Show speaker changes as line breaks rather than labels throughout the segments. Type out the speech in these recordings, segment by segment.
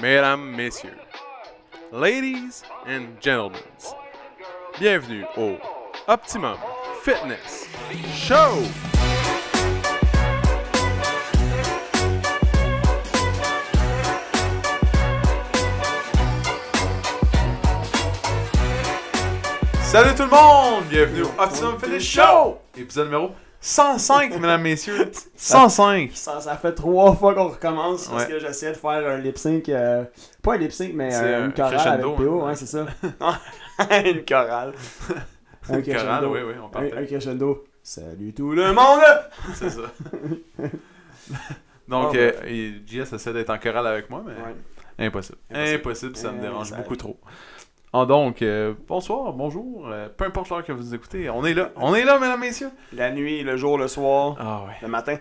mesdames, messieurs, ladies and gentlemen, bienvenue au Optimum Fitness Show! Salut tout le monde! Bienvenue au Optimum Fitness Show! Épisode numéro 105, mesdames, messieurs. 105!
Ça, ça fait trois fois qu'on recommence parce
Ouais.
que j'essayais de faire un lip sync. euh, pas un lip sync, mais
C'est,
euh,
euh,
une chorale
crescendo,
avec Théo,
hein.
ouais, c'est ça. une chorale. un crescendo.
Chorale, oui, oui, on partait.
un, un crescendo. Salut tout le monde!
C'est ça. Donc,
Ah,
euh, et JS essaie d'être en chorale avec moi, mais
Ouais.
impossible.
Impossible.
impossible. ça me
Euh,
dérange
ça
beaucoup trop. Ah, donc, euh, bonsoir, bonjour, euh, peu importe l'heure que vous écoutez, on est là, on est là, mesdames, messieurs.
La nuit, le jour, le soir,
Ah ouais.
le matin.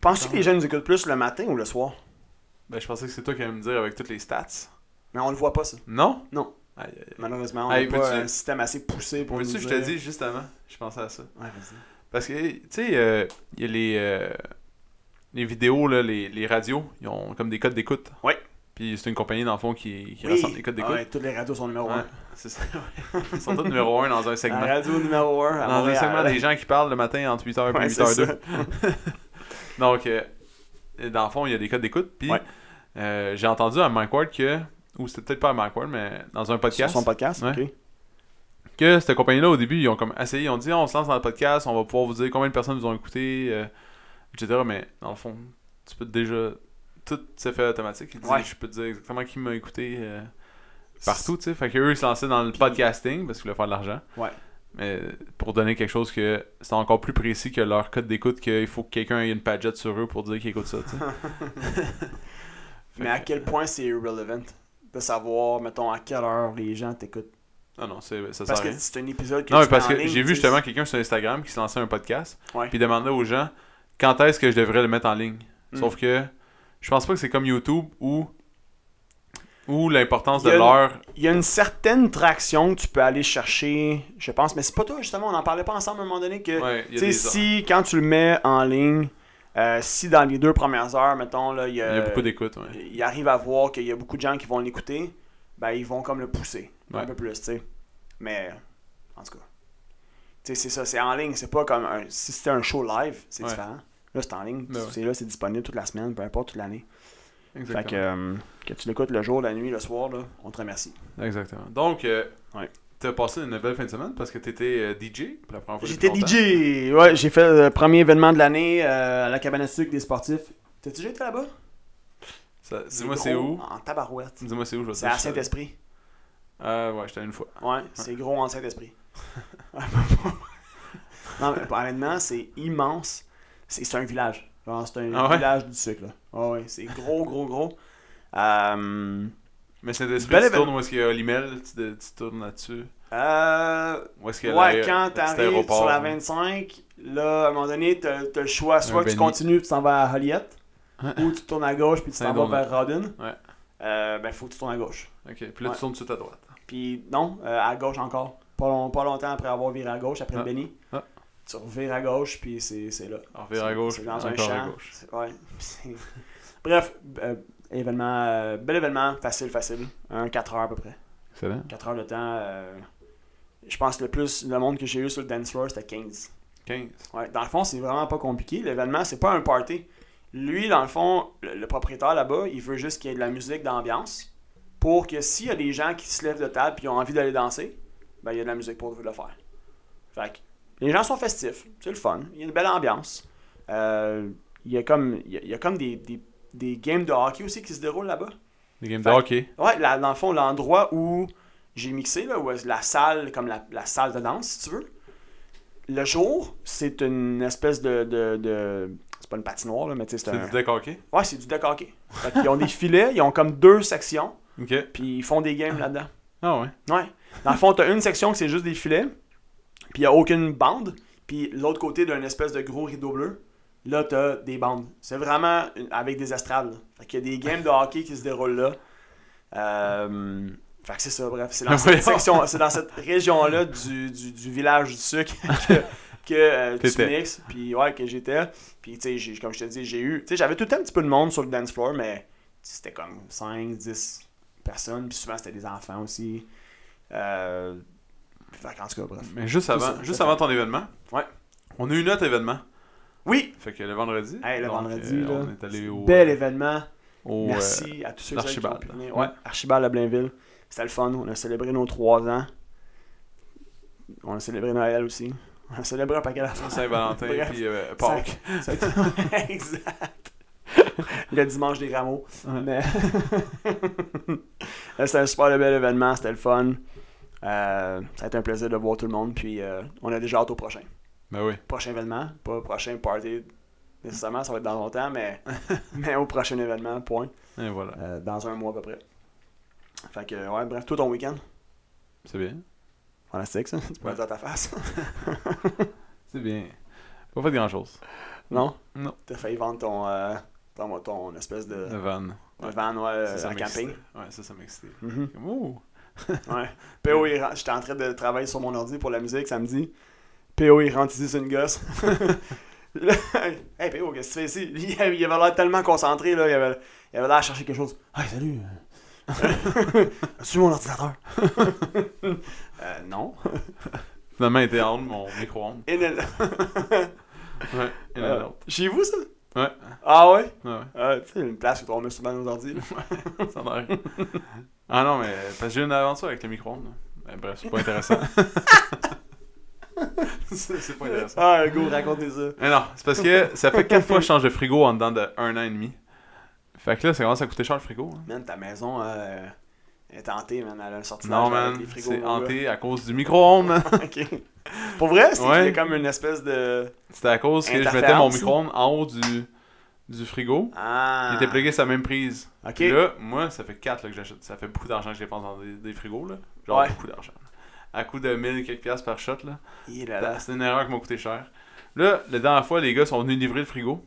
Penses-tu que les jeunes nous écoutent plus le matin ou le soir?
Ben, je pensais que c'est toi qui allais me dire avec toutes les stats.
Mais on le voit pas, ça.
Non?
Non.
Aïe, aïe, aïe.
Malheureusement, on
Hey,
n'a pas
peux-tu-
un système assez poussé pour
Veux-tu
nous
que je te
dire-
dis juste avant? Je pensais à ça.
Ouais, vas-y.
Parce que, tu sais, euh, il y a les, euh, les vidéos, là, les, les radios, ils ont comme des codes d'écoute.
Ouais.
Puis c'est une compagnie, dans le fond, qui, qui
Oui. Ah
rassemble les codes d'écoute.
Ouais, toutes les radios sont numéro
Ouais,
1.
c'est ça. Ils sont tous numéro 1 dans un segment.
La radio numéro 1 à
dans un
Montréal.
segment des gens qui parlent le matin entre 8h
Ouais,
et
c'est ça.
8h02. Donc, euh, dans le fond, il y a des codes d'écoute. Puis,
Ouais.
euh, j'ai entendu à Mike Ward que, ou c'était peut-être pas à Mike Ward, mais dans un
Sur
podcast,
son podcast,
Ouais.
ok.
que cette compagnie-là, au début, ils ont comme essayé, ils ont dit, on se lance dans le podcast, on va pouvoir vous dire combien de personnes vous ont écouté, euh, etc. Mais dans le fond, tu peux déjà. Tout s'est fait automatique. Ils disent,
Ouais.
Je peux te dire exactement qui m'a écouté. euh, partout, tu sais. Fait qu'eux, ils se lançaient dans le podcasting parce qu'ils voulaient faire de l'argent.
Ouais.
Mais pour donner quelque chose que c'est encore plus précis que leur code d'écoute, qu'il faut que quelqu'un ait une pagette sur eux pour dire qu'il écoute ça, tu sais. Fait
Mais à
que-
quel point c'est relevant de savoir, mettons, à quelle heure les gens t'écoutent.
Non, non, c'est- ça sert
Parce
à
que
rien.
c'est un épisode que
Non, mais
tu mets
parce
en
que
ligne,
j'ai vu
tu sais,
justement quelqu'un sur Instagram qui se lançait un podcast,
Ouais.
puis il demandait aux gens quand est-ce que je devrais le mettre en ligne.
Mm.
Sauf que je pense pas que c'est comme YouTube où, où l'importance
Il y
de
a une-
l'heure
Il y a une certaine traction que tu peux aller chercher, je pense, mais c'est pas toi justement, on en parlait pas ensemble à un moment donné que,
Ouais, il y
tu
a
sais,
des-
si quand tu le mets en ligne, euh, si dans les deux premières heures, mettons, là, il y
il
a,
y a beaucoup d'écoute. ouais.
euh, il arrive à voir qu'il y a beaucoup de gens qui vont l'écouter, ben ils vont comme le pousser un
Ouais.
peu plus, tu sais. Mais en tout cas, tu sais, c'est ça, c'est en ligne, c'est pas comme un, si c'était un show live, c'est
Ouais.
différent. Là, c'est en ligne,
Ben ouais.
c'est là, c'est disponible toute la semaine, peu importe toute l'année. Fait
Exactement.
que, euh, que tu l'écoutes le jour, la nuit, le soir, là, on te remercie.
Exactement. Donc, euh,
Ouais.
t'as passé une belle fin de semaine parce que t'étais euh, DJ pour la première fois.
J'étais
depuis longtemps.
DJ, ouais, j'ai fait le premier événement de l'année euh, à la cabane à sucre des sportifs. T'as-tu déjà été là-bas?
Ça- Dis-moi
gros,
c'est où.
En tabarouette.
Dis-moi c'est où. je vais te
C'est
dire
à
ça.
Saint-Esprit.
Euh, ouais, j'étais allé une fois.
Ouais, c'est gros en Saint-Esprit. non, mais honnêtement, c'est immense. C'est c'est un village. Genre, C'est un
Ah ouais?
village du sucre. Là. Ah ouais, c'est gros, gros, gros. Euh,
Mais c'est esprit,
Bel
tu
événement.
tournes où est-ce qu'il y a l'email, tu, te- tu tournes là-dessus.
euh,
Où est-ce qu'il y a
ouais,
l'aé-
quand
le petit
t'arrives
aéroport,
sur la
hein.
25, là, à un moment donné, t'as t'as le choix. Soit que tu
Benny.
continues et tu t'en vas à Holliette,
Ouais.
ou tu tournes à gauche puis tu t'en vas
Saint-Donat.
vers Rodden.
Ouais.
Euh, ben, faut que tu tournes à gauche.
Ok, puis là
Ouais.
tu tournes tout à droite.
Puis non, euh, à gauche encore. Pas, long- pas longtemps après avoir viré à gauche, après
Ah.
le Benny.
Ah.
Tu revires à gauche, puis c'est c'est là.
Alors, vire à gauche,
C'est
puis
dans un
encore à
champ.
gauche.
C'est- Ouais. c'est- Bref, euh, événement, euh, bel événement, facile, facile. Un 4 heures à peu près.
Excellent.
4 heures de temps. euh, je pense que le plus, le monde que j'ai eu sur le dance floor, c'était 15.
15.
Ouais, dans le fond, c'est vraiment pas compliqué. L'événement, c'est pas un party. Lui, dans le fond, le, le propriétaire là-bas, il veut juste qu'il y ait de la musique d'ambiance pour que s'il y a des gens qui se lèvent de table et ont envie d'aller danser, ben, il y a de la musique pour le faire. Fait que, les gens sont festifs, c'est le fun. Il y a une belle ambiance. Euh, il y a comme, il y a, il y a comme des, des- des games de hockey aussi qui se déroulent là-bas.
Des games
Fait-
de hockey.
Ouais, là, dans le fond, l'endroit où j'ai mixé, là, où est la salle, comme la, la salle de danse, si tu veux. Le jour, c'est une espèce de. de, de- C'est pas une patinoire, là, mais tu sais, c'est
C'est
un.
du deck hockey.
Ouais, c'est du deck hockey. Fait qu'ils ont des filets, ils ont comme deux sections,
Ok.
puis ils font des games là-dedans.
Ah ouais.
Ouais. Dans le fond, t'as une section que c'est juste des filets, puis il a aucune bande, puis l'autre côté d'un espèce de gros rideau bleu, là, t'as des bandes. C'est vraiment une- avec des estrades. là. Fait qu'il y a des games de hockey qui se déroulent là. Euh, Fait que c'est ça, bref. C'est dans
Mais
cette,
voyons.
section- c'est dans cette région-là du, du- du village du sucre que, que euh, tu
T'étais.
mixes, puis ouais, que j'étais. Puis tu sais, j'ai- comme je te dis, j'ai eu. Tu sais, j'avais tout le temps un petit peu de monde sur le dance floor, mais tu c'était comme 5, 10 personnes, puis souvent c'était des enfants aussi. Euh, fait qu'en tout cas, bref.
Mais juste
C'est
avant,
ça,
juste
ça
avant ton événement,
Ouais.
on a eu notre événement.
Oui!
Fait que le vendredi.
Hey, le
donc,
vendredi,
euh,
là,
on est allé au.
Bel événement.
au, euh,
Merci à tous ceux et celles qui ont
l'Archibald.
pu venir.
Ouais.
Ouais, Archibald à Blainville. C'était le fun. On a célébré nos 3 ans. On a célébré Noël aussi. On a célébré un paquet d'affaires.
Saint-Valentin,
Bref,
puis euh, Pâques.
ça a été- exact. Le dimanche des rameaux.
Ouais.
Mais... Là, c'était un super bel événement. C'était le fun. Euh, ça a été un plaisir de voir tout le monde. Puis euh, on a déjà hâte au prochain.
Ben oui.
Prochain événement. Pas prochain party nécessairement. Ça va être dans longtemps. Mais, mais au prochain événement, point.
Et voilà.
Euh, dans un mois à peu près. Fait que, ouais, bref, tout ton week-end.
C'est bien.
Fantastique, ça. Tu peux
Ouais.
le dire à ta face.
C'est bien. Pas fait grand chose.
non?
Non.
T'as failli vendre ton, euh, ton, ton espèce de
Le van.
de van ouais,
Ça, ça
euh, en
m'excitait.
camping.
Ouais, ça, ça m'excitait.
Mhm.
Comme, ouh.
Ouais. PO, il rentre- j'étais en train de travailler sur mon ordi pour la musique samedi. PO, il rentre ici sur une gosse. Là, hey PO, qu'est-ce que tu fais ici? Il avait il avait l'air tellement concentré, là, il avait il avait l'air à chercher quelque chose. Hey, salut! As-tu mon ordinateur? Euh, non.
Finalement, il était en haut de mon micro-ondes.
Et le-
Ouais, et
Euh,
là, l'autre.
Chez vous, ça?
Ouais.
Ah ouais?
Ouais,
Euh, tu sais, une place où on met souvent nos ordi. là.
ouais, ça a l'air. Ah non, mais parce que j'ai eu une aventure avec le micro-ondes. là. Ben, bref, c'est pas intéressant. c'est c'est pas intéressant.
Ah, go, racontez ça.
Mais non, c'est parce que ça fait 4 fois que je change de frigo en dedans de 1 an et demi. Fait que là, ça commence à coûter cher le frigo. hein.
Man, ta maison euh, est hantée, man. Elle a un sortilège
Non,
avec
man,
les frigos.
c'est
mon gars.
hanté à cause du micro-ondes. hein.
ok. Pour vrai, c'est
Ouais.
qu'il y a comme une espèce de.
C'était à cause que je mettais mon
Interférence.
micro-ondes en haut du, du frigo.
Ah.
Il était plugué sur la même prise.
Ok.
Puis là, moi, ça fait 4 que j'achète. Ça fait beaucoup d'argent que je dépense dans des, des frigos. Là. Genre
Ouais.
beaucoup d'argent. À coût de 1000 quelques piastres par shot. Là.
Il est là, là.
C'est une erreur qui m'a coûté cher. Là, la dernière fois, les gars sont venus livrer le frigo.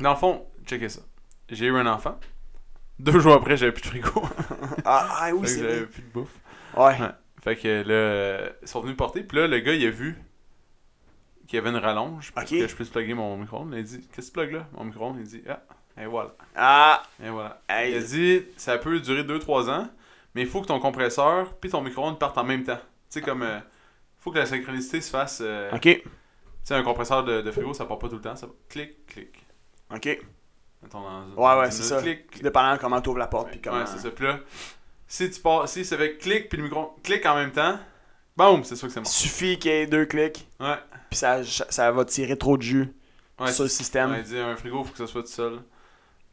Dans le fond, checkez ça. J'ai eu un enfant. Deux jours après, j'avais plus de frigo.
Ah, ah, oui,
Fait que
c'est
j'avais
vrai.
plus de bouffe.
Ouais.
Ouais. Fait que là, euh, ils sont venus me porter. Puis là, le gars, il a vu qu'il y avait une rallonge pour
Ok.
que je puisse plugger mon micro-ondes. Il a dit Qu'est-ce que tu plugues là Mon micro-ondes. Il dit Ah, et voilà.
Ah.
Et voilà.
Hey.
Il a dit ça peut durer 2-3 ans, mais il faut que ton compresseur puis ton micro-ondes partent en même temps. Tu sais, comme. euh, faut que la synchronicité se fasse. euh, Tu
Ok.
sais, un compresseur de, de frigo, ça part pas tout le temps. Ça clic, clic.
Ok.
Mettons dans-
Ouais,
dans
ouais,
une
c'est
minute,
ça.
Clic,
Tout
clic.
dépendant de comment t'ouvres la porte. Puis comment...
Ouais, c'est ça. Puis là, si tu pars, si ça fait clic puis le micro clic en même temps, boum, c'est sûr que c'est mort.
Suffit qu'il y ait deux clics,
Ouais,
puis ça, ça va tirer trop de jus
ouais.
sur le système.
Ouais, il dit Ben, un frigo, faut que ça soit tout seul.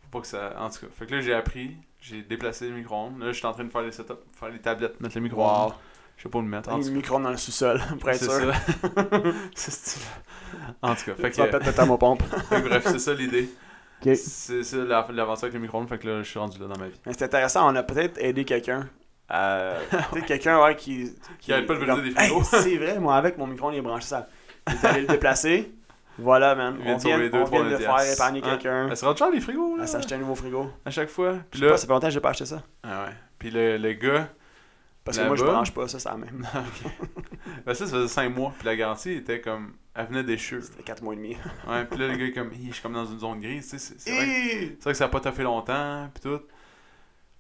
Faut pas que ça. En tout cas. Fait que là, j'ai appris, j'ai déplacé le micro-ondes. Là, je suis en train de faire les setups, faire les tablettes, mettre le micro-ondes.
Wow.
Je sais pas où le mettre. En
T'as mis
tout
le
cas.
micro dans le sous-sol, pour être
C'est
sûr.
ça. C'est stylé. En tout cas, fait
Tu vas
que,
peut-être ta thermopompe.
fait que bref, c'est ça l'idée.
Ok.
C'est ça la- l'aventure avec le micro-ondes, fait que là, je suis rendu là dans ma vie.
Mais c'est intéressant, on a peut-être aidé quelqu'un. Euh, peut-être quelqu'un ouais, qui.
Qui arrête pas de briser
comme,
des frigos.
Hey, c'est vrai, moi, avec mon micro, il est branché ça. Il est allé le déplacer. Voilà, man.
Il vient
On
de sauver
vient,
deux,
on
trois
vient de
piastres. Hein?
faire épargner
Ouais.
quelqu'un.
Ben, Ça se rend cher les frigos, là,
Hein. À s'acheter un nouveau frigo.
à chaque fois. Puis
Je sais
là,
pas, ça fait longtemps que j'ai pas acheté ça.
ah ouais. Puis le, le gars,
Parce que moi, je
Là-bas.
branche pas ça, c'est la même.
ben ça, ça faisait 5 mois, puis la garantie était comme, elle venait déchue.
C'était 4 mois et demi.
Ouais, puis là, le gars est comme, Hi, je suis comme dans une zone grise, tu sais, c'est- c'est vrai. que-
Hi!
C'est vrai que ça a pas taffé longtemps, puis tout.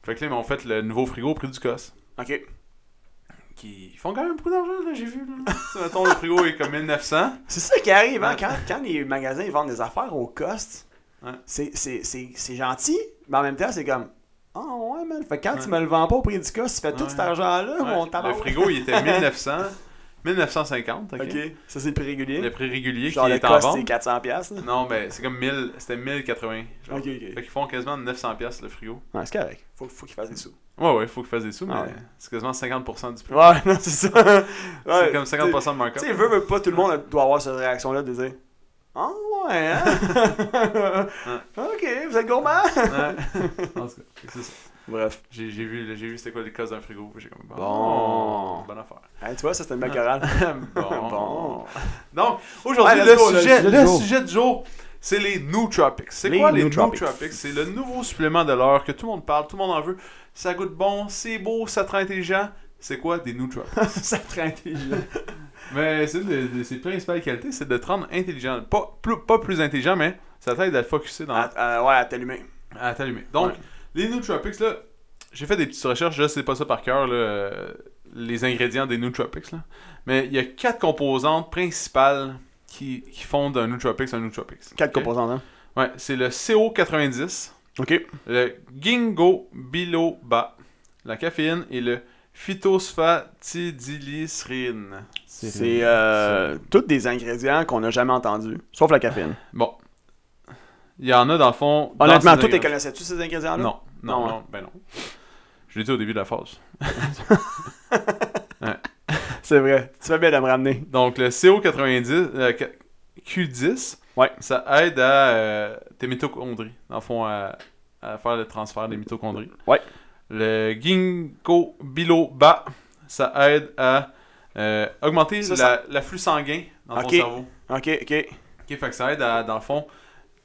Fait que là, ils m'ont fait le nouveau frigo au prix du cost.
Ok.
Qui ils font quand même beaucoup d'argent, là, j'ai vu. Là. Tu sais, mettons, le frigo est comme 1900.
C'est ça qui arrive, hein.
Ouais.
Quand, quand les magasins ils vendent des affaires au cost,
Ouais.
c'est- c'est c'est- c'est gentil, mais en même temps, c'est comme. Ah ouais, man. Fait que quand
Ouais.
tu me le vends pas au prix du cost, tu fais tout
Ouais.
cet argent-là,
Ouais,
Ah, mon
le
tabac.
frigo, il était 1900, 1950, ok?
Ok, ça c'est le prix régulier.
Le prix régulier
Genre
qui
le
est en
cost c'est
vente.
400 pièces. Ok,
Non, ben, c'est comme 1000, c'était 1080. genre.
ok.
Fait qu'ils font quasiment 900 pièces le frigo.
Ouais, c'est correct. Faut, faut qu'il fasse des sous.
Ouais, ouais, faut qu'ils fassent des sous, mais
Ah ouais.
c'est quasiment 50% du prix.
Ouais, non, c'est ça. Ouais,
c'est comme 50% de markup.
Tu sais, veut, veut pas, tout le monde doit avoir cette réaction-là de dire Ah ouais, hein Ok, vous êtes gourmand
Ouais. En tout cas, fait que c'est ça.
Bref.
J'ai j'ai vu, le- j'ai vu c'était quoi les cost d'un frigo. puis J'ai comme, bon,
Bon.
bonne affaire.
Hey, tu vois, ça c'est une belle chorale.
Ah. bon.
Bon.
Donc, aujourd'hui,
Ouais,
le,
let's go, le
sujet,
sujet
le,
du jour.
sujet du jour, c'est les nootropics. C'est
Les
quoi les nootropics?
nootropics?
C'est le nouveau supplément de l'heure que tout le monde parle, tout le monde en veut. Ça goûte bon, c'est beau, ça te rend intelligent. C'est quoi des nootropics?
ça te rend intelligent.
Mais c'est une de, de ses principales qualités, c'est de te rendre intelligent. Pas plus, pas plus intelligent, mais ça t'aide à te focusser dans,
Ah, euh, ouais, à t'allumer.
à t'allumer. Donc,
Ouais.
Les nootropics, là, j'ai fait des petites recherches, je sais pas ça par cœur, là, euh, les ingrédients des nootropics, là. Mais il y a quatre composantes principales qui, qui font d'un nootropics un nootropics.
Quatre
Ok?
composantes, hein.
Ouais, c'est le CO90,
OK.
le Gingo biloba, la caféine et le phytosphatidylsyrine.
C'est euh, tous des ingrédients qu'on n'a jamais entendus, sauf la caféine.
Bon. Il y en a dans le fond. dans
Honnêtement,
ces
toi, t'es
ingrédients.
connaissais-tu ces ingrédients-là?
Non, non,
Non,
non,
hein.
ben non. Je l'ai dit au début de la phase.
C'est vrai. Tu fais bien de me ramener.
Donc, le CO90, euh, Q- Q10,
Ouais.
ça aide à euh, tes mitochondries, dans le fond, à, à faire le transfert des mitochondries.
Ouais.
Le ginkgo biloba, ça aide à euh, augmenter
Ça,
la- l'afflux sanguin dans
Ok.
ton cerveau.
OK, OK.
Ok, fait que ça aide à, dans le fond,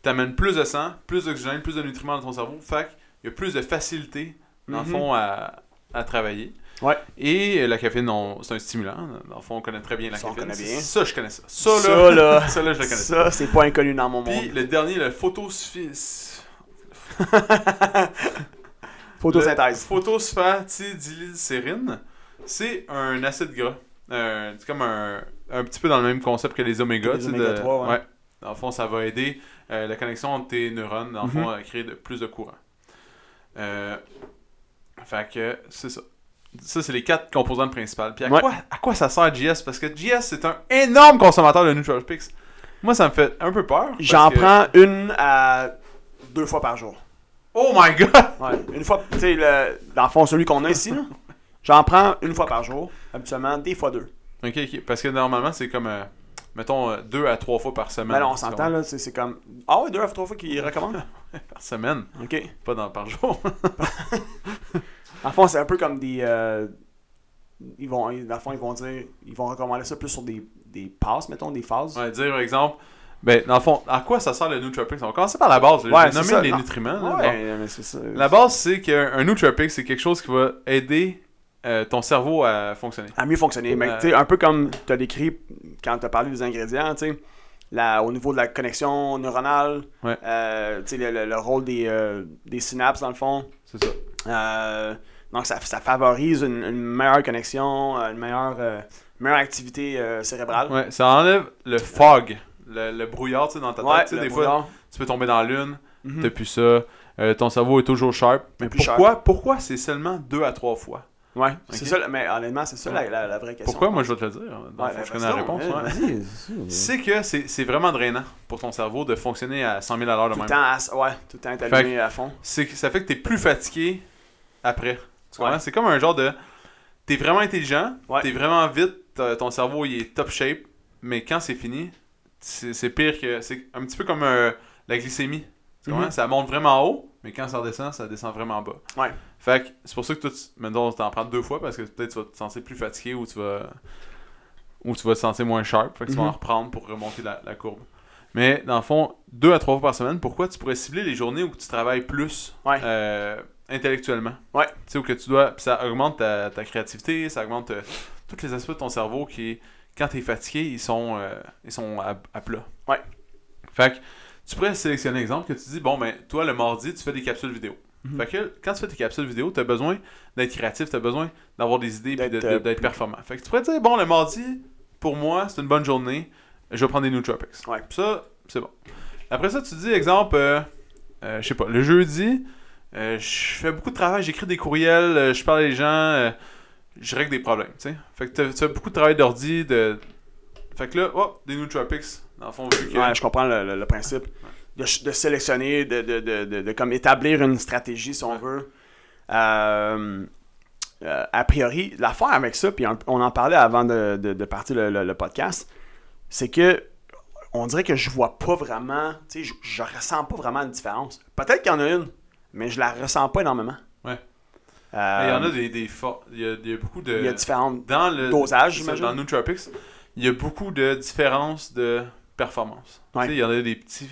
t'amènes plus de sang, plus d'oxygène, plus de nutriments dans ton cerveau, fait qu'il y a plus de facilité, dans
Mhm.
le fond, à, à travailler.
Ouais.
Et euh, la caféine, on- c'est un stimulant. hein. Dans le fond, on connaît très bien la
Ça, on
caféine.
connaît bien.
Ça, je connais ça. Ça, là,
Ça, là,
ça, là, je le connais.
ça, c'est pas inconnu dans mon
Puis
monde.
le dernier, le photosphy-
Photosynthèse.
le photosphatidylsérine, c'est un acide gras. Euh, c'est comme un, un petit peu dans le même concept que les oméga.
Les
tu sais, de-
oméga-trois, ouais.
Dans le fond, ça va aider euh, la connexion entre tes neurones, dans le fond,
Mhm.
à créer de, plus de courant. Euh, fait que c'est ça. Ça, c'est les quatre composantes principales. Puis à,
Ouais.
quoi, à quoi ça sert JS Parce que JS, c'est un énorme consommateur de nootropics. Moi, ça me fait un peu peur. parce
J'en
que-
prends une à deux fois par jour.
Oh my god!
Ouais. Une fois, tu sais, le- dans le fond, celui qu'on a ici, là, j'en prends une fois par jour, habituellement, des fois deux.
Ok, ok. Parce que normalement, c'est comme, euh, mettons, euh, deux à trois fois par semaine.
Mais là, Ben on
C'est
s'entend,
comme-
là, c'est c'est comme. Ah ouais, deux à trois fois qu'il recommande.
Par semaine,
OK.
pas dans, par jour.
Dans le fond, c'est un peu comme des. euh, ils vont, dans le fond, ils vont dire. Ils vont recommander ça plus sur des, des passes, mettons, des phases.
on va dire, par exemple, ben, dans le fond, à quoi ça sert le nootropics? On va commencer par la base. là.
Ouais,
J'ai
c'est
nommé
ça,
les
non.
nutriments. là.
Ouais,
Bon.
mais c'est ça.
La base, c'est qu'un nootropic, c'est quelque chose qui va aider euh, ton cerveau à fonctionner.
à mieux fonctionner. Mais
Euh,
tu sais, un peu comme tu as décrit quand tu as parlé des ingrédients, tu sais, la- au niveau de la connexion neuronale,
Ouais.
euh, tu sais, le, le- le rôle des, euh, des synapses dans le fond.
C'est ça.
Euh, donc ça, ça favorise une, une meilleure connexion, euh, une meilleure, euh, meilleure activité euh, cérébrale.
Ouais, ça enlève le fog, le, le brouillard tu sais, dans ta tête.
Ouais,
tu sais,
le
des fois,
brouillard.
tu peux tomber dans la lune,
Mhm.
t'as plus ça. euh, ton cerveau est toujours sharp. Mais
Plus
pourquoi, pourquoi c'est seulement deux à trois fois
Ouais, c'est
Ok.
ça, le- mais honnêtement, c'est ça la, la- la vraie question.
Pourquoi Moi, je vais te le dire. Dans le
Ouais,
fond, je
ben,
connais la
vas-y donc,
réponse. ouais.
vas-y, vas-y.
C'est que c'est c'est vraiment drainant pour ton cerveau de fonctionner à 100 000 à l'heure de
Tout le
même.
temps, à- ouais, tout le temps être
Fait
allumé à fond.
c'est que ça fait que t'es plus fatigué après. Tu comprends?
Ouais.
C'est comme un genre de. T'es vraiment intelligent,
Ouais.
t'es vraiment vite, t'as- ton cerveau il est top shape, mais quand c'est fini, c'est c'est pire que. C'est un petit peu comme euh, la glycémie. Tu comprends?
Mhm.
Ça monte vraiment haut, mais quand ça redescend, ça descend vraiment bas.
Ouais.
Fait que c'est pour ça que toi, tu, maintenant, t'en prends deux fois parce que peut-être tu vas te sentir plus fatigué ou tu vas. Ou tu vas te sentir moins sharp. Fait que tu vas en
Mhm.
reprendre pour remonter la, la courbe. Mais dans le fond, deux à trois fois par semaine, pourquoi tu pourrais cibler les journées où tu travailles plus
Ouais.
euh, intellectuellement.
Ouais.
Tu sais, où que tu dois. Puis ça augmente ta, ta créativité, ça augmente euh, tous les aspects de ton cerveau qui, quand t'es fatigué, ils sont, euh, ils sont à, à plat.
Ouais.
Fait que tu pourrais sélectionner un exemple que tu dis, bon, ben, toi, le mardi, tu fais des capsules vidéo.
Mhm.
Fait que quand tu fais tes capsules vidéo, t'as besoin d'être créatif, t'as besoin d'avoir des idées puis de-
D'être,
de-
euh,
d'être performant. Fait que tu pourrais dire, bon, le mardi, pour moi, c'est une bonne journée, je vais prendre des nootropics.
Ouais.
Ça, c'est bon. Après ça, tu dis, exemple, euh, euh, je sais pas, le jeudi, euh, je fais beaucoup de travail, j'écris des courriels, euh, je parle à des gens, euh, je règle des problèmes, tu sais. Fait que t'as- tu fais beaucoup de travail d'ordi, de... Fait que là, oh, des nootropics, dans le fond, vu que...
Ouais, je comprends le, le- le principe de, ch- de sélectionner, de, de, de, de- de comme établir une stratégie, si on veut. Euh, euh, a priori, l'affaire avec ça, puis on, on en parlait avant de, de- de partir le, le- le podcast, c'est que on dirait que je vois pas vraiment, tu sais, je, je ressens pas vraiment de différence. Peut-être qu'il y en a une, mais je la ressens pas énormément.
Ouais.
Euh,
Mais Il y en a des, des forts. Il y a, il y a beaucoup de.
il y a différentes.
dans le
dosages,
c'est ça,
j'imagine.
Dans Nootropics, il y a beaucoup de différences de performance. Tu sais,
Ouais.
Il y en a des petits,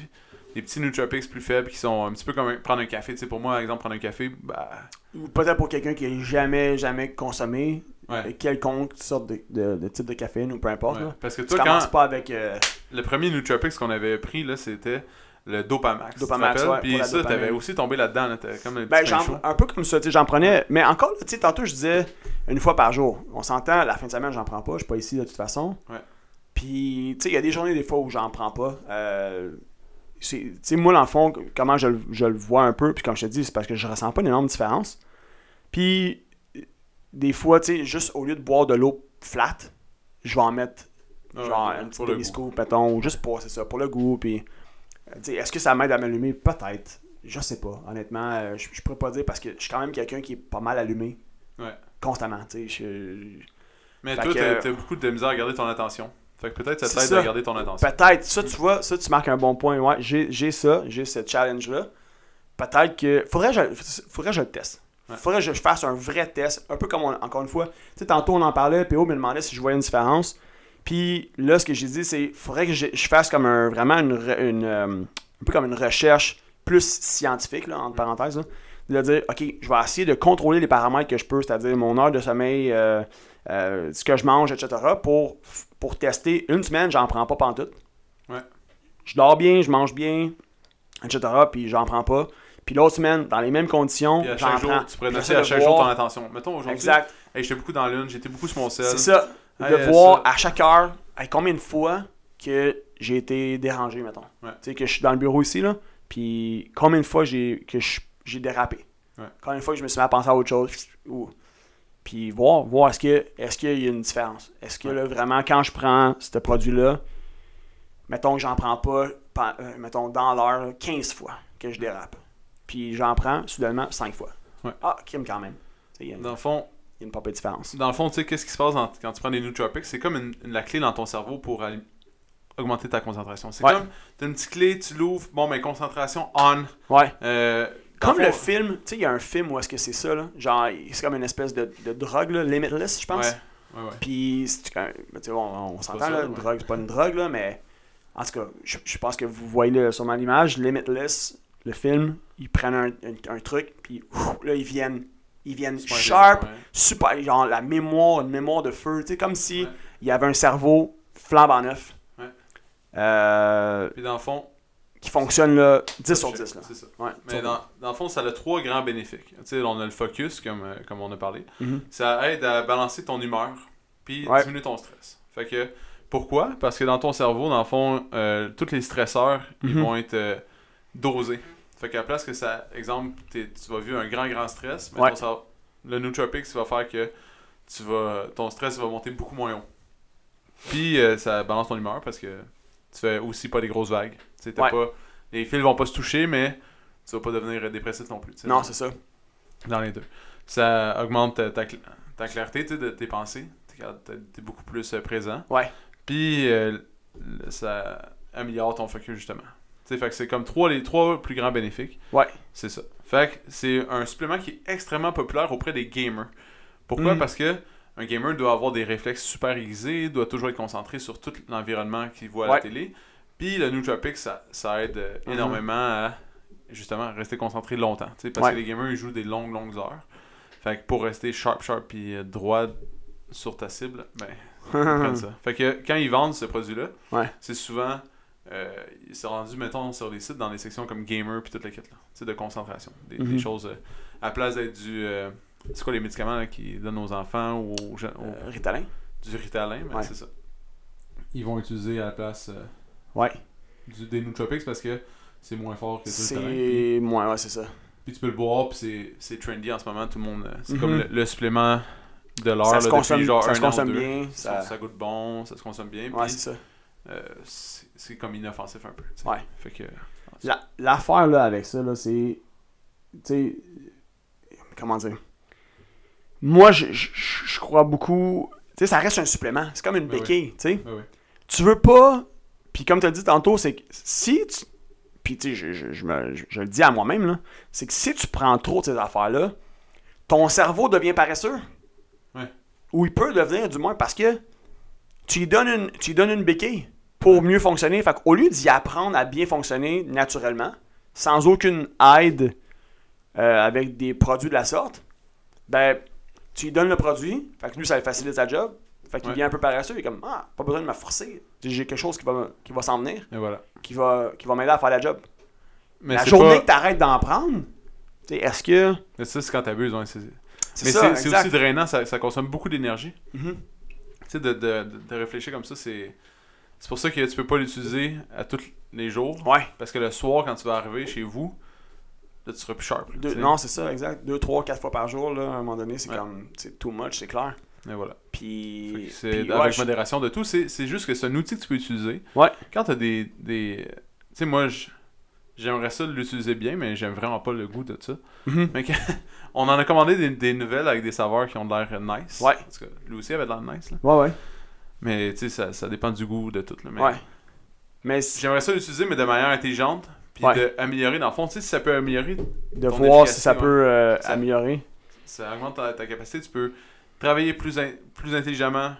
des petits Nootropics plus faibles qui sont un petit peu comme un- prendre un café. Tu sais, pour moi, par exemple, prendre un café, bah.
ou Peut-être pour quelqu'un qui n'a jamais, jamais consommé
Ouais.
quelconque sorte de, de- de type de caféine ou peu importe.
ouais.
là.
Parce que
Tu
toi, quand
commences pas avec. euh,
le premier Nootropics qu'on avait pris, là, c'était le Dopamax.
Dopamax,
tu te rappelles?
ouais, pour
Puis
la
ça,
dopamine.
t'avais aussi tombé là-dedans. là, T'avais comme un petit
Ben,
pain
j'en-
chaud.
un peu comme ça, tu sais, j'en prenais. Mais encore, tu sais, tantôt, je disais une fois par jour. On s'entend, la fin de semaine, j'en prends pas. Je suis pas ici de toute façon.
Ouais.
Puis, tu sais, il y a des journées, des fois, où j'en prends pas. Euh, c'est- tu sais, moi, dans le fond, comment je, le- je le vois un peu, puis comme je te dis, c'est parce que je ressens pas une énorme différence. Puis, euh, des fois, tu sais, juste au lieu de boire de l'eau flat, je vais en mettre
Ouais,
genre
ouais,
un
Ah, pour
petit
le
demi
goût.
scoop, mettons, ou juste pour, c'est ça, pour le goût, puis, euh, tu sais, est-ce que ça m'aide à m'allumer? Peut-être, je sais pas, honnêtement, euh, je, je pourrais pas dire, parce que je suis quand même quelqu'un qui est pas mal allumé,
Ouais.
constamment, tu sais, je-
Mais
Fait
toi,
que-
t'as t'as beaucoup de misère à garder ton attention. Fait que peut-être ça
C'est
t'aide
ça.
à garder ton attention.
peut-être, ça, tu vois, ça, tu marques un bon point, ouais, j'ai j'ai ça, j'ai ce challenge-là, peut-être que, faudrait que je, faudrait que je le teste.
Ouais.
Faudrait que je fasse un vrai test, un peu comme, on- encore une fois, tu sais, tantôt on en parlait, PO me demandait si je voyais une différence, puis là, ce que j'ai dit, c'est faudrait que je, je fasse comme un, vraiment une, re- une, euh, un peu comme une recherche plus scientifique, là, entre parenthèses, là, de dire, OK, je vais essayer de contrôler les paramètres que je peux, c'est-à-dire mon heure de sommeil, euh, euh, ce que je mange, etc., pour, pour tester une semaine, j'en prends pas pantoute.
Ouais.
Je dors bien, je mange bien, etc., puis j'en prends pas. Puis l'autre semaine, dans les mêmes conditions,
Puis à
j'en
chaque
prends.
jour, tu pourrais
J'essaie
noter à
de
chaque jour ton
voir-
attention. Mettons aujourd'hui,
Exact.
hey, j'étais beaucoup dans l'une, j'étais beaucoup sur mon sel.
C'est ça.
Ah,
de
euh,
voir à chaque heure hey, combien de fois que j'ai été dérangé, mettons.
Ouais.
Tu sais, que je suis dans le bureau ici, là, puis combien de fois j'ai, que je- j'ai dérapé.
Ouais.
Combien de fois que je me suis mis à penser à autre chose. Ou... Puis voir, voir est-ce, que, est-ce qu'il y a une différence. Est-ce que
Ouais.
là, vraiment, quand je prends ce produit-là, mettons que j'en prends pas, pen- euh, mettons dans l'heure, 15 fois que je dérape. Puis j'en prends soudainement 5 fois.
Ouais.
Ah, crime quand même. Tu sais, Il y, a- il
Dans le fond,
y a une pas petite différence.
dans le fond, tu sais, qu'est-ce qui se passe dans- quand tu prends des nootropics? C'est comme une, une- la clé dans ton cerveau pour aller- augmenter ta concentration. C'est
Ouais.
comme, t'as une petite clé, tu l'ouvres, bon, ben, concentration on.
Ouais.
Euh, dans
Comme
fond-
le film, tu sais, il y a un film où est-ce que c'est ça, là. Genre, c'est comme une espèce de, de drogue, là, Limitless, je pense.
Ouais, ouais, ouais.
Puis, c'est quand même- ben, tu sais, on, on s'entend,
pas
là,
ça,
une
ouais.
drogue, c'est pas une drogue, là, mais en tout cas, je, je pense que vous voyez là, sûrement l'image, Limitless, le film, ils prennent un, un- un truc, puis ouf, là, ils viennent, ils viennent
Super
sharp,
intéressant, ouais.
super, genre la mémoire, une mémoire de feu, tu sais, comme si
Ouais.
il y avait un cerveau flambant neuf.
Ouais.
Euh,
Puis dans le fond,
qui fonctionne là 10 sur 10 là.
C'est ça.
Ouais, 10
Mais
sur
dans, dans le fond, ça a trois grands bénéfices. Tu sais, on a le focus, comme, euh, comme on a parlé.
10. Mhm.
Ça aide à balancer ton humeur, puis
Ouais.
diminuer ton stress. Fait que, pourquoi? Parce que dans ton cerveau, dans le fond, euh, tous les stresseurs, ils
Mhm.
vont être euh, dosés. Fait qu'à la place que ça, exemple, t'es- tu vas vivre un grand, grand stress, mais
Ouais.
ton cerveau- le nootropic, ça va faire que tu vas, ton stress va monter beaucoup moins haut. Puis euh, ça balance ton humeur parce que tu fais aussi pas des grosses vagues. Tu sais, t'as
Ouais.
pas, les fils vont pas se toucher, mais tu vas pas devenir euh, dépressif non plus. tu sais.
Non, c'est ça.
Dans les deux. Ça augmente ta, ta cl- ta clarté tu sais, de tes pensées. T'es capable- T'es t'es beaucoup plus euh, présent.
Ouais.
Puis euh, le- ça améliore ton focus justement. Tu sais, fait que c'est comme trois les trois plus grands bénéfiques.
Ouais.
C'est ça. Fait que c'est un supplément qui est extrêmement populaire auprès des gamers. Pourquoi
Mm.
Parce que un gamer doit avoir des réflexes super aiguisés, doit toujours être concentré sur tout l'environnement qu'il voit à
Ouais.
la télé. Puis le nootropic, ça, ça aide euh,
Mhm.
énormément à justement rester concentré longtemps. tu sais, Parce
Ouais.
que les gamers, ils jouent des longues, longues heures. Fait que pour rester sharp, sharp puis euh, droit sur ta cible, ben, ils prennent
Euh,
ça. Fait que quand ils vendent ce produit-là,
Hum. Ouais.
c'est souvent. Euh, c'est rendu, mettons, sur les sites dans les sections comme gamer puis toute la quête là. Tu sais, de concentration. Des, des
Mhm.
choses. euh, à place d'être du. euh, c'est quoi les médicaments là, qui donnent aux enfants ou aux, gens- aux-
Euh, Ritalin.
du Ritalin, ben,
Ouais.
c'est ça. Ils vont utiliser à la place euh,
Ouais.
du, des nootropics parce que c'est moins fort que du Ritalin. Puis,
C'est moi, ouais, c'est ça.
puis tu peux le boire, puis c'est, c'est trendy en ce moment, tout le monde. euh, C'est
Mhm.
comme le, le supplément de l'heure
ça
là,
se
depuis
consomme,
genre
ça
un
se
an ou
consomme
deux.
bien.
Ça...
Ça...
ça goûte bon, ça se consomme bien.
Ouais,
puis-
c'est ça.
Euh, c'est c'est comme inoffensif un peu. tu sais.
Ouais.
Fait que.
La- L'affaire là avec ça, là, c'est. Tu sais. euh, Comment dire Moi, je, je- je- je crois beaucoup. Tu sais, ça reste un supplément. C'est comme une
Ben oui.
béquille, tu sais.
Ouais, ouais.
tu veux pas. Puis comme tu as dit tantôt, c'est que si tu. Puis tu sais, je, je- je me- je- je le dis à moi-même, là. C'est que si tu prends trop de ces affaires-là, ton cerveau devient paresseux.
Ouais.
Ou il peut devenir, du moins, parce que tu lui donnes une, tu lui donnes une béquille pour mieux fonctionner. Fait qu'au lieu d'y apprendre à bien fonctionner naturellement, sans aucune aide euh, avec des produits de la sorte, ben, tu lui donnes le produit, fait que lui, ça lui facilite sa job, fait qu'il
Ouais.
devient un peu paresseux, il est comme, ah, pas besoin de me forcer, j'ai quelque chose qui va, qui va s'en venir,
Et voilà.
qui va, qui va m'aider à faire la job.
Mais
la
c'est
journée
pas-
que t'arrêtes d'en prendre, tu sais, est-ce que.
Mais ça, c'est quand t'abuses. ouais, c'est-
C'est
Mais
ça,
c'est c'est
exact.
aussi drainant, ça, ça consomme beaucoup d'énergie.
Mhm.
Tu sais, de, de- de- de réfléchir comme ça, c'est. C'est pour ça que tu peux pas l'utiliser à tous les jours.
Ouais.
Parce que le soir, quand tu vas arriver chez vous, là, tu seras plus sharp. là,
Deux-
tu sais.
non, c'est ça, exact. Deux, trois, quatre fois par jour, là, à un moment donné, c'est
Ouais.
comme. C'est too much, c'est clair.
Mais voilà. Fait
Puis.
que C'est
puis,
avec
ouais, je-
modération de tout. C'est c'est juste que c'est un outil que tu peux utiliser.
Ouais.
Quand t'as des. des... Tu sais, moi, je- j'aimerais ça l'utiliser bien, mais j'aime vraiment pas le goût de ça.
Mhm.
Mais quand- on en a commandé des, des nouvelles avec des saveurs qui ont de l'air nice.
Ouais.
En tout cas, lui aussi avait de l'air nice. Là.
Ouais, ouais.
Mais tu sais, ça, ça dépend du goût de tout. Là. Mais
Ouais. Mais c'est-
J'aimerais ça l'utiliser, mais de manière intelligente. Puis
Ouais.
d'améliorer, dans le fond, tu sais, si ça peut améliorer,
de
Ton
voir si
efficacité,
ça
ouais.
peut euh,
Ça-
améliorer.
ça augmente ta, ta capacité. Tu peux travailler plus, in- plus intelligemment,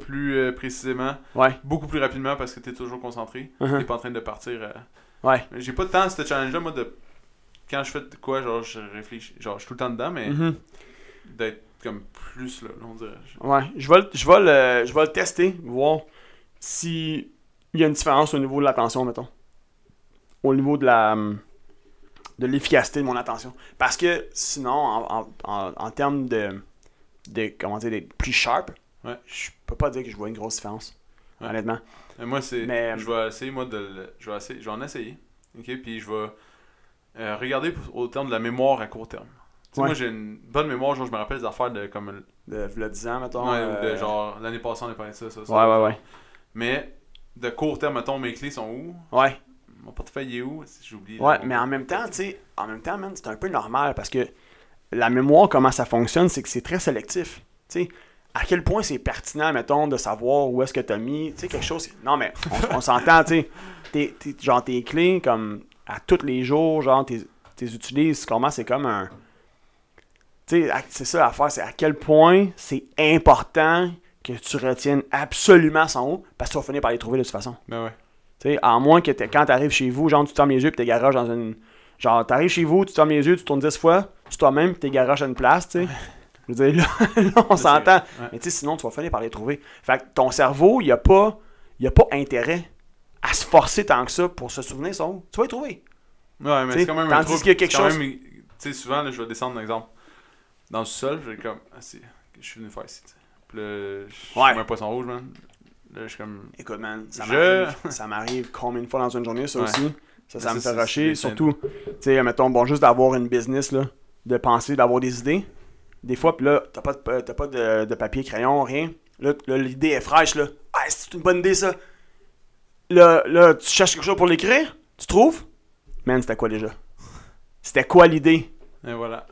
plus euh, précisément,
Ouais.
beaucoup plus rapidement parce que tu es toujours concentré.
Mhm.
T'es pas en train de partir. euh.
Ouais.
Mais J'ai pas tant ce challenge-là, moi, de. Quand je fais de quoi, genre, je réfléchis. Genre, je suis tout le temps dedans, mais
Mhm.
d'être comme plus, là, on dirait. Je-
Ouais, je vais, le- je, vais le, je vais le tester, voir si il y a une différence au niveau de l'attention, mettons. Au niveau de la hum, de l'efficacité de mon attention. Parce que sinon, en, en, en, en termes de, de comment dire, d'être plus sharp,
Ouais.
je peux pas dire que je vois une grosse différence,
Ouais.
honnêtement.
Mais moi, c'est.
Mais- euh,
Je vais essayer, moi, de le- Je vais, essayer, je vais en essayer. OK? Puis je vais euh, regarder pour- au terme de la mémoire à court terme. Tu sais,
Ouais.
moi, j'ai une bonne mémoire. Genre, je me rappelle des affaires de comme.
De v'là 10 ans, mettons.
ouais,
euh,
ou de genre, l'année passée, on est parlé de ça, ça, ça.
Ouais, ouais, ouais.
Mais de court terme, mettons, mes clés sont où
Ouais,
Mon portefeuille est où Si J'oublie.
ouais,
là, mon-
mais en même temps, tu sais, en même temps, man, c'est un peu normal parce que la mémoire, comment ça fonctionne, c'est que c'est très sélectif. Tu sais, à quel point c'est pertinent, mettons, de savoir où est-ce que t'as mis, tu sais, quelque chose. Non, mais on, on s'entend, tu sais. T'es- t'es- genre, tes clés, comme, à tous les jours, genre, t'es t'es utilises, comment c'est comme un. Tu sais, à- c'est ça l'affaire, c'est à quel point c'est important que tu retiennes absolument son haut, parce que tu vas finir par les trouver de toute façon.
Ben ouais.
Tu sais, à moins que t'aies- quand t'arrives chez vous, genre, tu fermes les yeux pis t'es garages dans une. Genre, t'arrives chez vous, tu fermes les yeux, tu tournes 10 fois, tu toi-même pis t'es garages à une place, tu sais. Je veux dire, là, là, on
c'est-
s'entend.
ouais.
Mais tu sais, sinon, tu vas finir par les trouver. Fait que ton cerveau, il a pas, il a pas intérêt à se forcer tant que ça pour se souvenir son. Tu vas les trouver.
Ouais, mais
T'sais,
c'est quand même un
tandis
trouble.
qu'il y a quelque
C'est quand
chose-
même- Tu sais, souvent, là, je vais descendre, par exemple, dans le sol, je vais comme. Ah, c'est- Je suis venu faire ici, tu sais. Puis là, je suis
Ouais.
comme un poisson rouge, man. Là, je suis comme.
Écoute, man, ça
Je-
m'arrive. Ça m'arrive combien de fois dans une journée, ça
Ouais.
aussi. Ça, ça
Mais
me
ça,
fait
c'est-
rusher.
c'est-
Surtout, tu sais, mettons, bon, juste d'avoir une business, là, de penser, d'avoir des idées. Des fois, puis là, t'as pas, de, t'as pas de, de papier, crayon, rien. Là, t- là, l'idée est fraîche, là. Ah, c'est une bonne idée, ça. Là, là, tu cherches quelque chose pour l'écrire, tu trouves. Man, c'était quoi déjà? C'était quoi l'idée?
Et voilà.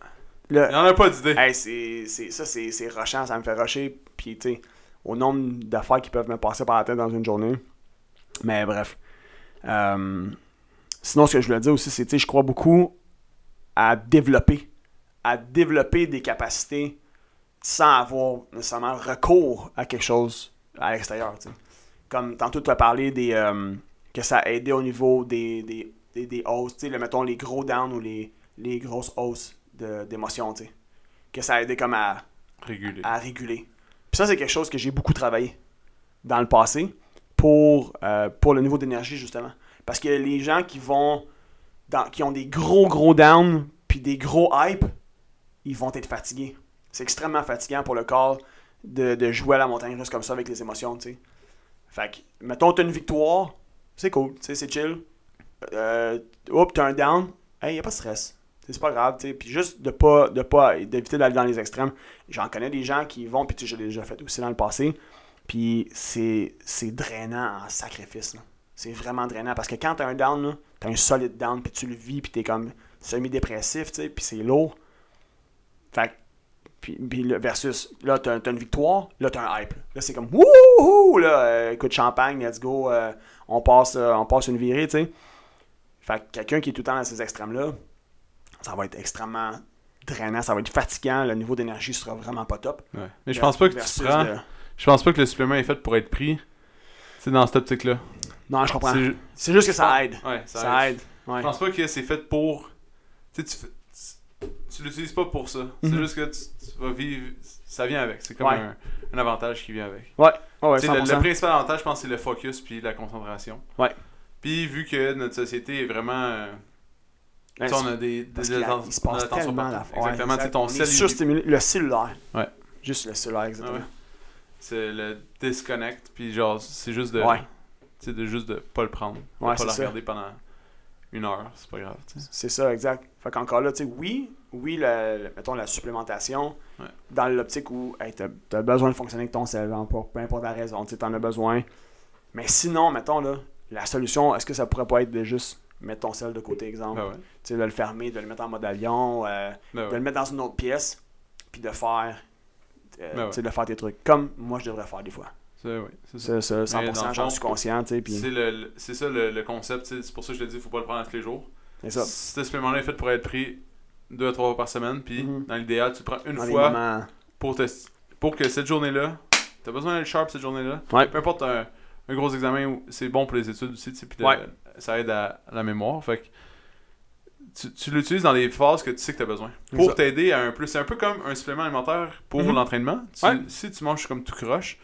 Là,
Il y en a pas d'idée.
Hey, c'est, c'est- ça, c'est, c'est rushant, ça me fait rusher. Puis, tu sais, au nombre d'affaires qui peuvent me passer par la tête dans une journée. Mais bref. Euh, sinon, ce que je voulais dire aussi, c'est, tu sais, je crois beaucoup à développer. À développer des capacités sans avoir nécessairement recours à quelque chose à l'extérieur, tu sais. Comme tantôt, tu as parlé des, euh, que ça a aidé au niveau des, des, des, des hausses, tu sais, le- mettons les gros downs ou les, les grosses hausses de- d'émotions, tu sais que ça a aidé comme à,
Régulé.
à réguler. Puis ça, c'est quelque chose que j'ai beaucoup travaillé dans le passé pour, euh, pour le niveau d'énergie, justement. Parce que les gens qui vont dans, qui ont des gros, gros downs, puis des gros hype, ils vont être fatigués. C'est extrêmement fatigant pour le corps de, de jouer à la montagne russe comme ça avec les émotions, tu sais. Fait que, mettons, t'as une victoire, c'est cool, tu sais, c'est chill. Euh, oups, t'as un down, hey, y a pas de stress. Tu sais, C'est pas grave, tu sais. Puis juste de pas, de pas, d'éviter d'aller dans les extrêmes. J'en connais des gens qui vont, puis tu sais, je l'ai déjà fait aussi dans le passé. Puis c'est, c'est drainant en sacrifice, là. C'est vraiment drainant parce que quand t'as un down, là, t'as un solide down, puis tu le vis, puis t'es comme semi-dépressif, tu sais, puis c'est lourd. Fait que- puis, puis là, versus, là, t'as, t'as une victoire, là, t'as un hype. Là, c'est comme, wouhou, là, euh, écoute, champagne, let's go, euh, on, passe, euh, on passe une virée, tu sais. Fait que quelqu'un qui est tout le temps dans ces extrêmes-là, ça va être extrêmement drainant, ça va être fatigant, le niveau d'énergie sera vraiment pas top.
Ouais. Mais je pense pas que tu
euh, Versus
te prends.
de-
Je pense pas que le supplément est fait pour être pris. C'est dans cette optique-là.
Non, je comprends.
C'est ju-
C'est juste que ça aide.
Ouais,
Ça,
ça
aide. Ouais.
Je pense pas que c'est fait pour. Tu sais, tu, fais- tu- tu l'utilises pas pour ça. C'est
Mhm.
juste que tu, tu vas vivre. Ça vient avec. C'est comme
Ouais.
un, un avantage qui vient avec.
Ouais, ouais,
Tu sais, le,
100%.
le principal avantage, je pense, c'est le focus puis la concentration.
Ouais.
Puis vu que notre société est vraiment. euh, Tu sais, on a des, des,
Parce
des
qu'il y a- il se passe
attention
tellement
partout.
d'affaires.
Exactement, tu sais, ton
On est
cell, il-
surstimulé. Le cellulaire.
Ouais.
Juste le cellulaire,
Ah ouais.
exactement.
C'est le disconnect, puis genre, c'est juste de.
Ouais.
Tu sais, de juste de pas le prendre. De
Ouais,
pas
c'est
le
ça.
regarder pendant une heure, c'est pas grave, tu sais.
C'est ça, exact. Fait qu'encore là, tu sais, oui, oui, la, la- mettons la supplémentation,
Ouais.
dans l'optique où hey, t'as as besoin de fonctionner avec ton cerveau, pour peu importe la raison, tu sais, t'en as besoin. Mais sinon, mettons là, la solution, est-ce que ça pourrait pas être de juste mettre ton sel de côté, exemple,
Ah ouais.
tu sais, de le fermer, de le mettre en mode avion, euh,
Ah
de
ouais.
le mettre dans une autre pièce, puis de faire, euh,
Ben ouais.
tu sais, de faire tes trucs, comme moi je devrais faire des fois.
C'est ouais, c'est ça.
Ça, ça,
Mais dans
100%,
le
j'en
fond,
suis conscient, tu sais, puis
C'est le- le- c'est ça le, le concept, tu sais, c'est pour ça que je te dis, faut pas le prendre à tous les jours.
c'est ça.
Ce supplément-là est fait pour être pris deux à trois fois par semaine, puis
Mhm.
dans l'idéal, tu le prends une
Dans les
fois
moments-
pour, te- pour que cette journée-là, t'as besoin d'être sharp cette journée-là.
Ouais.
Peu importe un, un gros examen, ou- c'est bon pour les études aussi, tu sais, puis de-
Ouais.
ça aide à, à la mémoire. Fait que tu, tu l'utilises dans les phases que tu sais que t'as besoin. Pour
Exact.
t'aider à un plus. C'est un peu comme un supplément alimentaire pour
Mhm.
l'entraînement. Tu-
Ouais.
Si tu manges comme tout croche,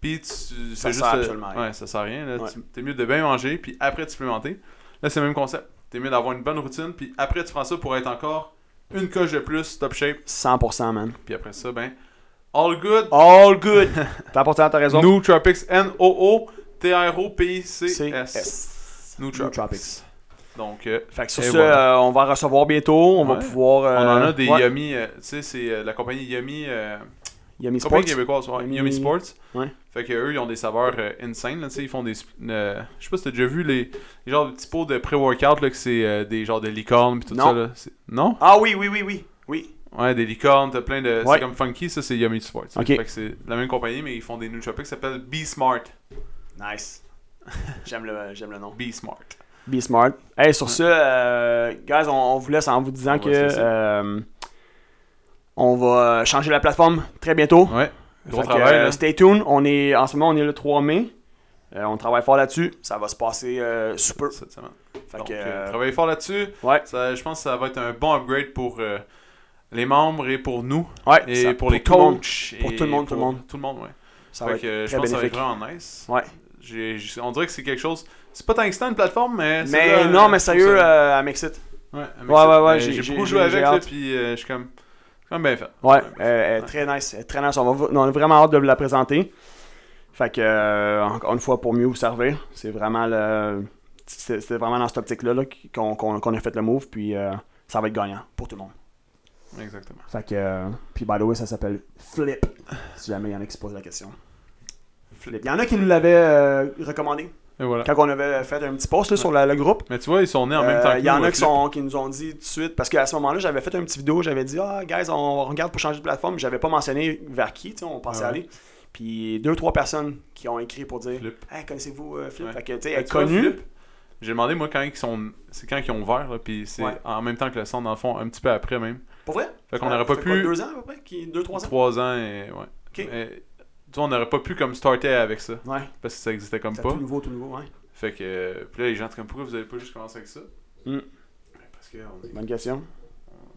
puis tu. c'est
Ça
juste,
sert
euh,
absolument à rien.
Ouais, ça sert à rien. là.
Ouais.
Tu- T'es mieux de bien manger, puis après de supplémenter. Là, c'est le même concept. T'es mieux d'avoir une bonne routine, puis après tu prends ça pour être encore une coche de plus, top shape.
100%, man.
Puis après ça, ben, all good.
All good. T'as important, t'as raison.
New Tropics, N-O-O-T-R-O-P-I-C-S.
S.
New
Nootropics.
Tropics. Donc, euh,
Fait que sur
Et
ça,
voilà.
euh, on va en recevoir bientôt. On va
Ouais.
pouvoir.
on
euh,
en a des
ouais.
Yummy, euh, tu sais, c'est euh, la compagnie Yummy, euh,
Yummy Sports.
compagnie québécoise, ouais,
Yummy-
Yummy Sports.
Ouais.
Fait que eux, ils ont des saveurs euh, insane, là, tu sais, ils font des, sp- euh, je sais pas si t'as déjà vu les, les genres de petits pots de pré-workout, là, que c'est euh, des genres de licornes pis tout
Non.
ça, là. C'est- Non?
Ah oui, oui, oui, oui. Oui.
Ouais, des licornes, t'as plein de,
Ouais.
c'est comme funky, ça, c'est Yummy Sports.
Ok.
Fait que c'est la même compagnie, mais ils font des New Tropics, ça s'appelle Be Smart.
Nice. J'aime le, j'aime le nom.
Be Smart.
Be smart. Hey, sur
Ouais.
ça, euh, guys, on, on vous laisse en vous disant
Ouais,
que
c'est ça.
euh, on va changer la plateforme très bientôt.
Ouais. Gros
Fait que,
travail, hein.
euh,
là.
Stay tuned. On est, en ce moment, on est le 3 mai. Euh, on travaille fort là-dessus. Ça va se passer euh, super.
cette semaine.
Fait
Donc,
que,
euh,
euh,
travaillez fort là-dessus.
ouais.
Ça, je pense que ça va être un bon upgrade pour euh, les membres et pour nous.
ouais,
Et
ça-
pour les
tout le monde,
coachs.
Pour
et
tout le monde, tout le
pour
monde.
Tout le monde, ouais.
Ça
Fait
va être
que, euh, je
très
pense que ça va être
bénéfique.
vraiment nice.
Ouais.
J'ai- j'ai- on dirait que c'est quelque chose. C'est pas tant excitant une plateforme, mais.
Mais
celle-là,
non,
euh,
mais
je trouve
sérieux,
ça-
euh, elle m'excite.
ouais, elle m'excite.
ouais, ouais,
Euh,
j'ai-
J'ai
j'ai-
beaucoup joué
j'ai
avec, là,
hâte.
puis euh, je suis comme. c'est comme bien fait.
Ouais,
Ouais.
euh, elle est très nice, elle est très nice. On, va, v- on a vraiment hâte de vous la présenter. Fait que, euh, encore une fois, pour mieux vous servir, c'est vraiment le. c'est- C'était vraiment dans cette optique-là là, qu'on qu'on- qu'on a fait le move, puis euh, ça va être gagnant pour tout le monde.
Exactement.
Fait que, euh, puis by the way, ça s'appelle Flip, si jamais il y en a qui se posent la question. Flip. Il y en a qui nous l'avaient euh, recommandé
Et voilà.
quand on avait fait un petit post là, sur la- le groupe.
Mais tu vois, ils sont nés en même temps que
Euh, Il y en
nous,
a
euh,
qui,
Philippe.
sont, qui nous ont dit tout de suite, parce qu'à ce moment-là, j'avais fait un petit vidéo, j'avais dit, ah, guys, on regarde pour changer de plateforme, j'avais pas mentionné vers qui, tu sais, on pensait
Ouais.
aller. Puis deux, trois personnes qui ont écrit pour dire,
Philippe.
hey, connaissez-vous euh, Flip?
Ouais.
Fait que, tu sais,
Fait
elle est
que tu vois,
connue.
Philippe, J'ai demandé, moi, quand ils sont. C'est quand ils ont ouvert, là, puis c'est
Ouais.
en même temps que le centre, dans le fond, un petit peu après même.
Pour vrai?
Fait qu'on
Ça
n'aurait pas
fait
pu.
quoi, deux ans à peu près? Qui, deux, trois ans?
Trois ans et ouais. Mais, tu vois, on n'aurait pas pu comme starter avec ça
Ouais,
parce que ça existait comme
c'est
pas.
tout nouveau, tout nouveau, ouais.
Fait que euh, puis là les gens étaient comme pourquoi vous avez pas juste commencé avec ça
Mm.
Parce que on est...
Bonne question.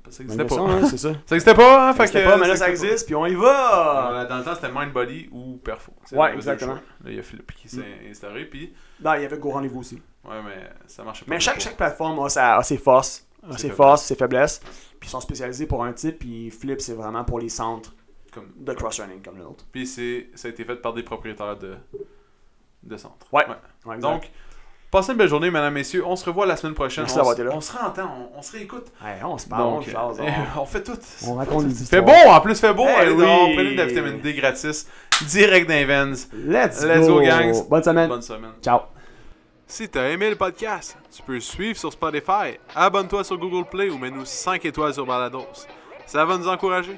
parce que ça existait
Bonne question,
hein. pas.
hein, c'est ça.
Ça existait pas hein,
Ça
fait
existait
que
pas, mais là, ça
existait
existe, puis on y
pas.
va!
Dans- Dans le temps c'était Mind Body ou Perfo. Tu sais,
Ouais,
on avait deux
exactement. Mm.
choix. Là il y a Philippe qui s'est instauré puis
Non, Ben, il y avait Go Rendez-vous aussi.
ouais mais ça marchait pas.
Mais chaque,
pour-
chaque plateforme a, sa- a ses forces, a
Ses
ses
faiblesses.
forces, ses faiblesses. Puis ils sont spécialisés pour un type, puis Flip, c'est vraiment pour les centres
comme
de cross-running comme l'autre.
puis c'est ça a été fait par des propriétaires de de centres.
Ouais. Ouais, exact.
Donc passez une belle journée mesdames messieurs, on se revoit la semaine prochaine.
Merci
On
d'avoir
s-
été là.
On se entend, on, on se réécoute.
Hey, on se parle, on
Donc,
jase,
euh,
on-
on fait tout.
on raconte des
Fait
histoires.
bon, en plus fait beau.
Eh
allez
oui.
dehors, prenez de la vitamine D gratis, direct dans les veines.
Let's,
Let's go, gangs.
Bonne semaine.
Bonne semaine.
Ciao.
Si t'as aimé le podcast, tu peux le suivre sur Spotify, abonne-toi sur Google Play ou mets-nous 5 étoiles sur Balados. Ça va nous encourager.